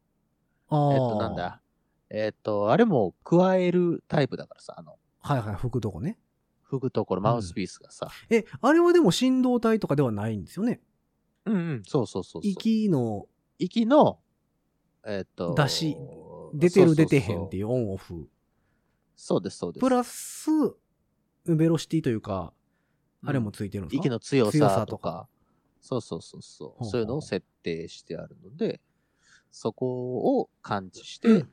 ああ。
えっと、なんだ、えっと、あれも加えるタイプだからさ、あの、
はいはい、吹くとこね。
吹くところ、マウスピースがさ、
え、あれはでも振動体とかではないんですよね。
うん、うん、そうそうそうそう。
息の
息の、えっと、
出し、出て
そ
る
うそうそう
出てへんっていうオンオフ。
そうです、そうです。
プラス、ベロシティというか、あれもついてるんですか
息の強
強さ
さ
と
と
か
か、そうそうそうそう
ほうほう
そういうのを設定してあるので、そこを感知して、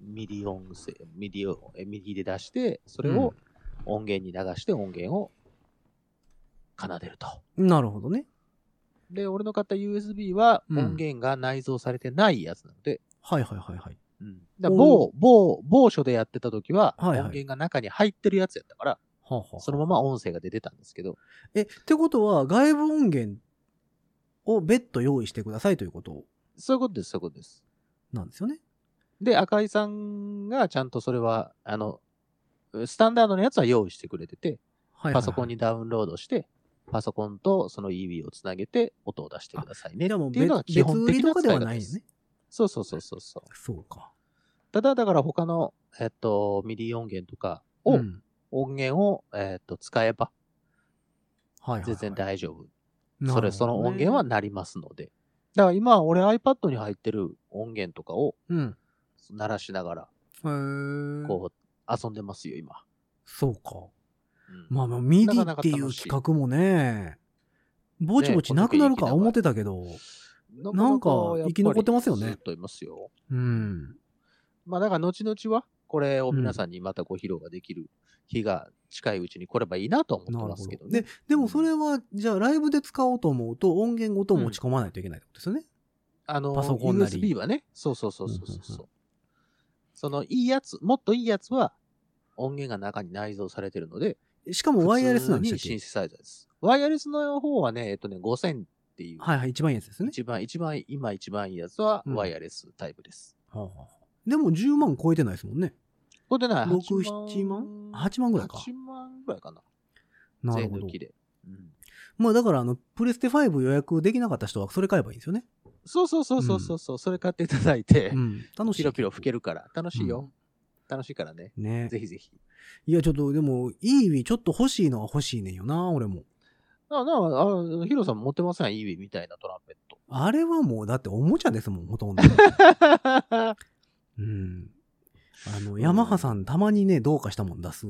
ミディ音声、ミディを、えミディで出して、それを音源に流して音源を奏でると。
なるほどね。
で、俺の買った USB は
うん
音源が内蔵されてないやつなので、
はいはいはいはい。
うんだから某、某、某所でやってた時は、
はい
音
はい
源が中に入ってるやつやったから、
はあはあ
そのまま音声が出てたんですけど、
え、ってことは、外部音源を別途用意してくださいということ
そういうことです、そういうことです。
なんですよね。
で、赤井さんがちゃんとそれは、あの、スタンダードのやつは用意してくれてて、
はいはいはい、
パソコンにダウンロードして、パソコンとその EB をつなげて音を出してくださいね。
でも
っていう
別
のが基
別
本
売り
的
と
な
かで
使い
は
方
ない
で
よ
す。
ね。
そうそうそうそうそう。
そうか。
ただ、だから他の、えっと、ミディ音源とかを、
うん
音源を、えっと、使えば
はいはいはい
全然大丈
な
夫。
る
そ
ほど
れ、
ね
その音源はなりますので。だから今、俺 iPad に入ってる音源とかを
うん。
鳴らしながら、
へー
こう、遊んでますよ、今。
そうか。
うん
まあまあ、ミデ
なか
ィ
な
っ
か
て
楽しい
いう企画もね、ぼちぼちなくなるか
ね
思ってたけど、
な
なんか生き残ってますよね
ずっといますよ。
うん。
まあだから後々は、これを皆さんにまたご披露ができる日が近いうちに来ればいいなと思
な
って
る
ま
ほ
すけど
ど。
ね
で。、でもそれは、じゃあライブで使おうと思うと音源ごと持ち込まないといけないってことですよね。
あの、
パソコンなり
USB はね、そうそうそうそうそう
うんうん
そう。そのいいやつ、もっといいやつは、音源が中に内蔵されてるので、
しかもワイヤレスなん
普
で
通
した
に
っ
シン
け
セサイザーです。ワイヤレスの方はね、えっとね、5000っていう、
はいはい、一番いいやつですね。
一番、一番、今一番いいやつは
うん
ワイヤレスタイプです。
はあはあでも10万超えてないですもんね。
これでな、
6、
8
7万 ?8 万ぐらいか。
8万ぐらいかな。
なる
全
ほ
部
ど。
きで。うん
まあだから、あの、プレステ5予約できなかった人はそれ買えばいいんですよね。
そうそうそうそうそうそう、それ買っていただいて、
うん。楽しい。
ピロピロ吹けるから、楽しいよ。
う
楽しいからね。
ね
ぜひぜひ。
いや、ちょっと、でも、いい Wii ちょっと欲しいのは欲しいねんよな、俺も。
あ、なあ、ヒロさん持ってませんイービーみたいなトランペッ ト。
あれはもう、だっておもちゃですもん、ほとん ど。うん。あの、
ん
ヤマハさんたまにね、どうかしたもん出す。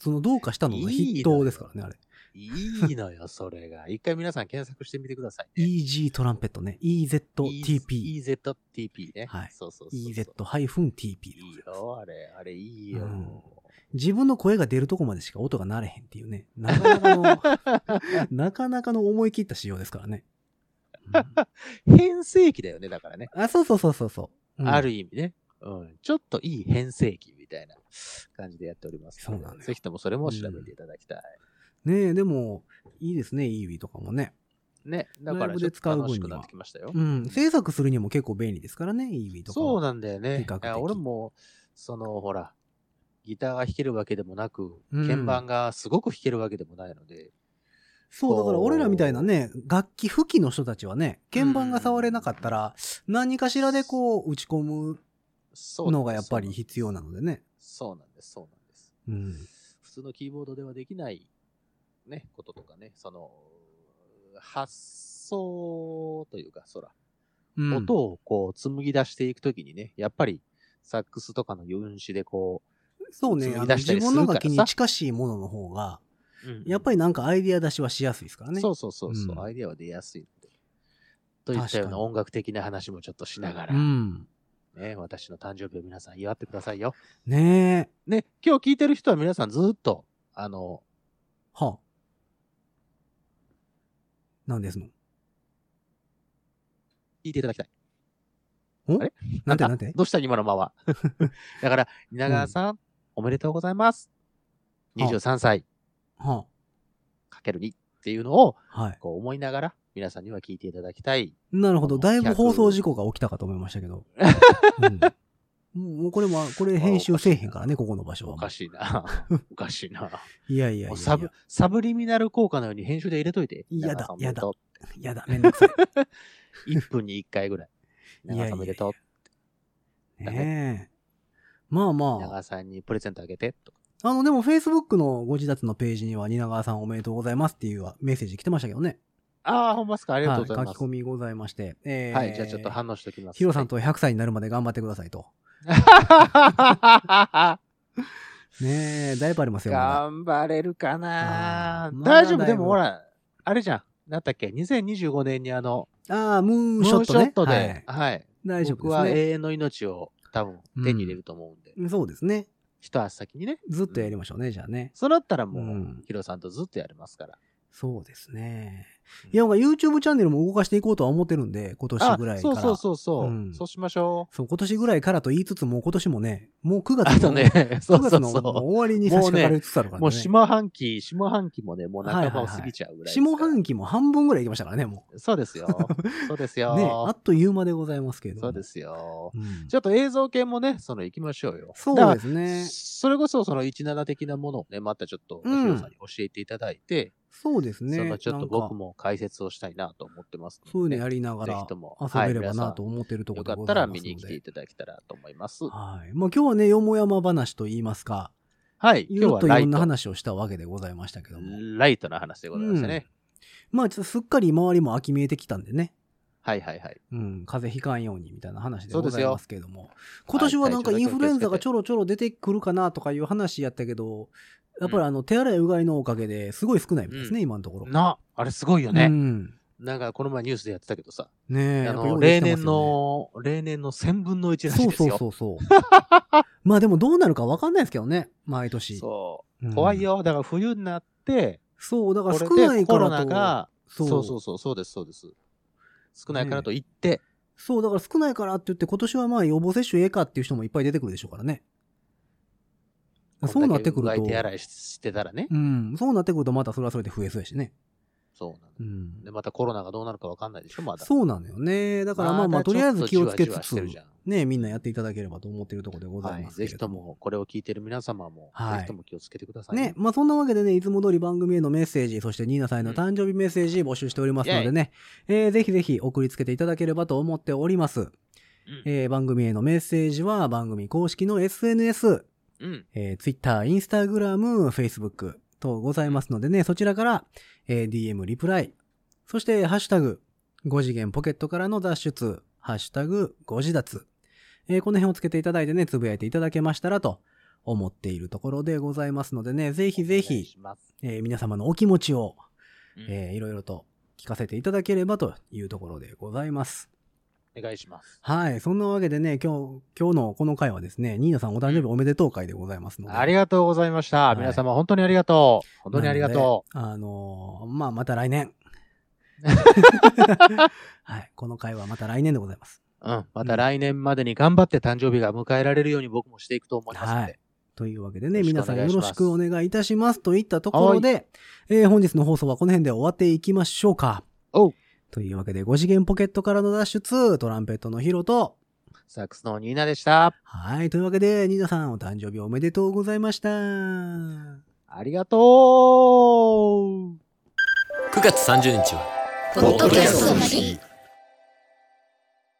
その、どうかしたのが筆頭ですからね、あれ。
いいのよ、それが。一回皆さん検索してみてください、ね。
EG トランペットね。EZTP。
EZTP ね。
はい
そうそうそうそ
EZ-TP
う。い
で
い
ございます。
よ、あれ。あれいいよ。
うん自分の声が出るとこまでしか音がなれへんっていうね。なかなか の、なかなかの思い切った仕様ですからね。うん
変声期だよね、だからね。
あ、そうそうそうそうそう。うん
ある意味ね。うん。ちょっといい変声期みたいな感じでやっておりますので。
そうなのよ
ぜひともそれも調べていただきたい。
ねえ、でも、いいですね、イービーとかもね。
ね。だ
ラ
か
イ
ら、
ブ
ちょ
で
っ
使
と
う分には
楽しくなってきましたよ。
うん。制作するにも結構便利ですからね、イービーとかは。
そうなんだよね。
比較的
いや俺も、その、ほら、ギターが弾けるわけでもなく、
うん
鍵盤がすごく弾けるわけでもないので、
そう、だから俺らみたいなね、楽器不器の人たちはね、鍵盤が触れなかったら、何かしらでこう、打ち込む
そうな
の
んです
がやっぱり必要なのでね。
そうなんです、そうなんです。
うん。
普通のキーボードではできない、ね、こととかね、その、発想というか、そら、
うん
音をこう、紡ぎ出していくときにね、やっぱり、サックスとかの分子でこ
そうね、
紡
あ
ぎ
の
出し
自
たりする
分
から
の
さ
楽器に近しいものの方が、
う、
やっぱりなんかアイディア出しはしやすいですからね。
そうそうそうそう、
うん
アイデアは出やすいので。といったよう
確か
な
に
音楽的な話もちょっとしながら、
ん。
ね、私の誕生日を皆さん祝ってくださいよ。
ねえ。
ね、今日聞いてる人は皆さんずっと、あの、
はあ。なんですの
聞いていただきたい。
なんてなんて
どうした今の まま。だから、蜷川さん、おめでとうございます。
はあ
23歳
は
かける2っていうのを、
あ。はい。
こう思いながら、皆さんには聞いていただきたい。
なるほど。だいぶ
100
放送事故が起きたかと思いましたけ ど。うん、もうこれも、これ編集せえへんからね、ここの場所
お
は。
かしい な。おかしいな。
いやいやいや
もう
いや
サブ、サブリミナル効果のように編集で入れといて。
やだ
蜷川さんおめでとう
やだ、めんどく さ
1分に1回ぐらい。
いやいやいや
長さんおめでとう。
い。ねえ。まあま
長さんにプレゼントあげて。とか
あ。あの、でも Facebook のご自宅のページには、蜷川さんおめでとうございますっていうメッセージ来てましたけどね。
ああ、ほんまっすか。あ
あ
りがとうござい
書
ます。
き込
はい、
みございまして。えー
じゃあちょっと反応しておきます。
ヒロさん と100歳になるまで頑張ってくださいと。
はい。
ねえ、だいぶありますよ。まだ
頑張れるか
あ
な
ーまだ
大丈
だ
夫。
いぶ
でもほら、あれじゃん。なんだっけ ?2025 年にあの、
ああ、ムーン
ム
ショ
ー
ッ
ンシ
トね。
ョット
は
で
い、
はい。
大丈夫
僕
です
は
ね。
永遠の命を多分手に入れると思うんで、
そうですね。
一足先にね。
ずっとやりましょうね、じゃあね。
そうなったら
う
もう、
ん
ヒロさんとずっとやれますから。
そうですね。
うん
いや、なんか YouTube チャンネルも動かしていこうとは思ってるんで、今年
あ
ぐらいか
そう
ら。
そうそうそう。
うん
そうしましょ
そう今年ぐらいからと言いつつ、もう今年もね、もう9
う。
月
あと ね、 そ
9
うそ
月
う
の
そ
もう
う。
終わりに差し掛かりつつあるからね。
もう下半期、下半期もね、もう半ばを過ぎちゃうぐらいですか
下
ら
半期も半分ぐらい行きましたからね、も
そうですよ。 そうです
う。
よ。
ね、あっという間でございますけど。
そうで。すよ。
うん
ちょっと映像系もね、その行きましょうよ。
そうです
だから
ね。
それこそその17的なものをね、またちょっと、ヒ
うん
ロさんに教えていただいて、
そうですね。
そのちょっ
な
と
んか
僕も解説をしたいなと思ってますのでね
そういうのやりなが
ぜ
ら
ひとも
遊べればなと思ってるところ
よか
で
っ
ござ
たら
いま
見
すの
に来てい
で。
ただけたらと思います。
はい。まあ今日はね、よもやま話と言いますか、
はい、
いろい
今日
ろ
は
とい
ラ
ろ
イ
んな
ト
話をしたわけでございましたけども。
ライトな話でございましたね。
まあちょっとすっかり周りも秋見えてきたんでね。
はいはいはい。
うん、風邪ひかんようにみたいな話で
そう
ご
です
ざい
よ
ますけども。今年はなんか
はい
イ
体
ン
調だ
フ
けは気をつけて
ルエンザがちょろちょろ出てくるかなとかいう話やったけど、やっぱりあの手洗いうがいのおかげですごい少ないみたいですね、
う
今のところ。
な、あれすごいよ
う
ね。
ん。
なんかこの前ニュースでやってたけどさ、
ねえ、
あ
やっぱ
の
よく
例
できてま
年
すよね
の、例年の1000分の1らしい
そう
です
そう
よ。
そうそう。 まあでもどうなるかわかんないですけどね、毎年。
そううん怖い。よ。だから冬になって、
そう、だ
こ
から少
れ
な
で
い
コ
か
ロ
ら
ナ
と。
が、
そう
そうそうそう、そうです、そうです。少ないからと言って、
そう、だから少ないからって言って、今年はまあ予防接種ええかっていう人もいっぱい出てくるでしょうからね。そうなってくる
こんだけうがい手
と、
洗いしてたらね。
うん、そうなってくるとまたそれはそれで増えそうやしね。
そうなんだ
うん
で、またコロナがどうなるかわかんないでしょ、まだ。
そうなのよね。だからまあまあ、とりあえず気をつけつつ、
はい
ね、みんなやっていただければと思ってるところでございますけ
ぜ
れ
ひ
ど
とも、これを聞いてる皆様も、
はい
ぜひとも気をつけてください
ね、。まあそんなわけでね、いつも通り番組へのメッセージ、そしてニーナさんへの誕生日メッセージ募集しておりますのでね、えーぜひぜひ送りつけていただければと思っております。
うん
えー番組へのメッセージは番組公式の SNS、
うん。
えー Twitter、Instagram、Facebook 等ございますのでね、そちらから、えー DM、リプライ、そして、ハッシュタグ、5次元ポケットからの脱出、ハッシュタグ、5次脱、えーこの辺をつけていただいてね、つぶやいていただけましたらと思っているところでございますのでね、ぜひぜ
お願い
ひ、
します。
えー皆様のお気持ちを、
うん
えーいろいろと聞かせていただければというところでございます。
お願いします。
はい。そんなわけでね、今日、今日のこの回はですね、ニーナさんお誕生日おめでとう会でございますので。
ありがとうございました。
い
皆様、本当にありがとう。本当にありがと
なのであのーまあ、また来 年。はい。この回はまた来年でございます。
う。うん。また来年までに頑張って誕生日が迎えられるように僕もしていくと思いますの
はい
で。。
というわけでね、
よろ
皆
しく
さ
お
ん
願
よ
いし
ろ
ます
しくお願いいたしますといったところで、えー本日の放送はこの辺で終わっていきましょうか。
おう
というわけで、5次元ポケットからの脱出、トランペットのヒロと、
サックスのニーナでした。
はい。というわけで、ニーナさんお誕生日おめでとうございました。
ありがとう
9月30日は、
ポッドキャストの日